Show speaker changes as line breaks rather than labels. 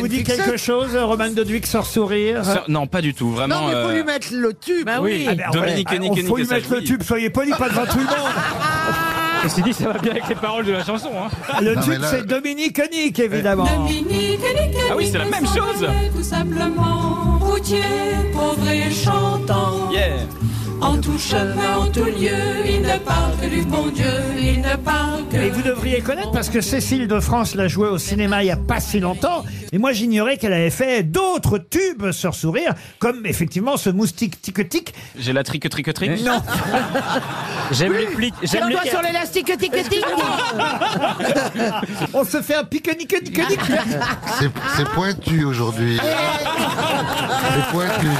vous dit quelque chose, Roman Dodwick, sans sourire
Ça- non, pas du tout, vraiment.
Hein Non, mais faut
euh,
lui mettre le tube.
Bah oui.
oui. Ah, ben, Dominique
Ah,
Hennig,
on-
Hennig
Faut
et
lui
sa
mettre le
fille.
tube, soyez poli, pas devant tout le monde.
Ceci dit, ça va bien avec les paroles de la chanson. Hein.
Le
Non, mais
tube,
là-
c'est Dominique Hennig, évidemment.
Ah oui, c'est la même chose.
Tout simplement, routier, pauvre et chantant.
yeah.
En tout chemin, en tout lieu, il ne parle que du bon Dieu, il ne parle que.
Et vous devriez connaître parce que Cécile de France l'a joué au cinéma il y a pas si longtemps. Et moi, j'ignorais qu'elle avait fait d'autres tubes sur sourire, comme effectivement ce moustique tic-tic.
J'ai la trique trique trique.
Non,
J'aime les plis.
Tu
J'aime les.
l'envoies sur l'élastique, tic tic.
on se fait un pique-nique-nique-nique.
C'est c'est pointu aujourd'hui. C'est pointu.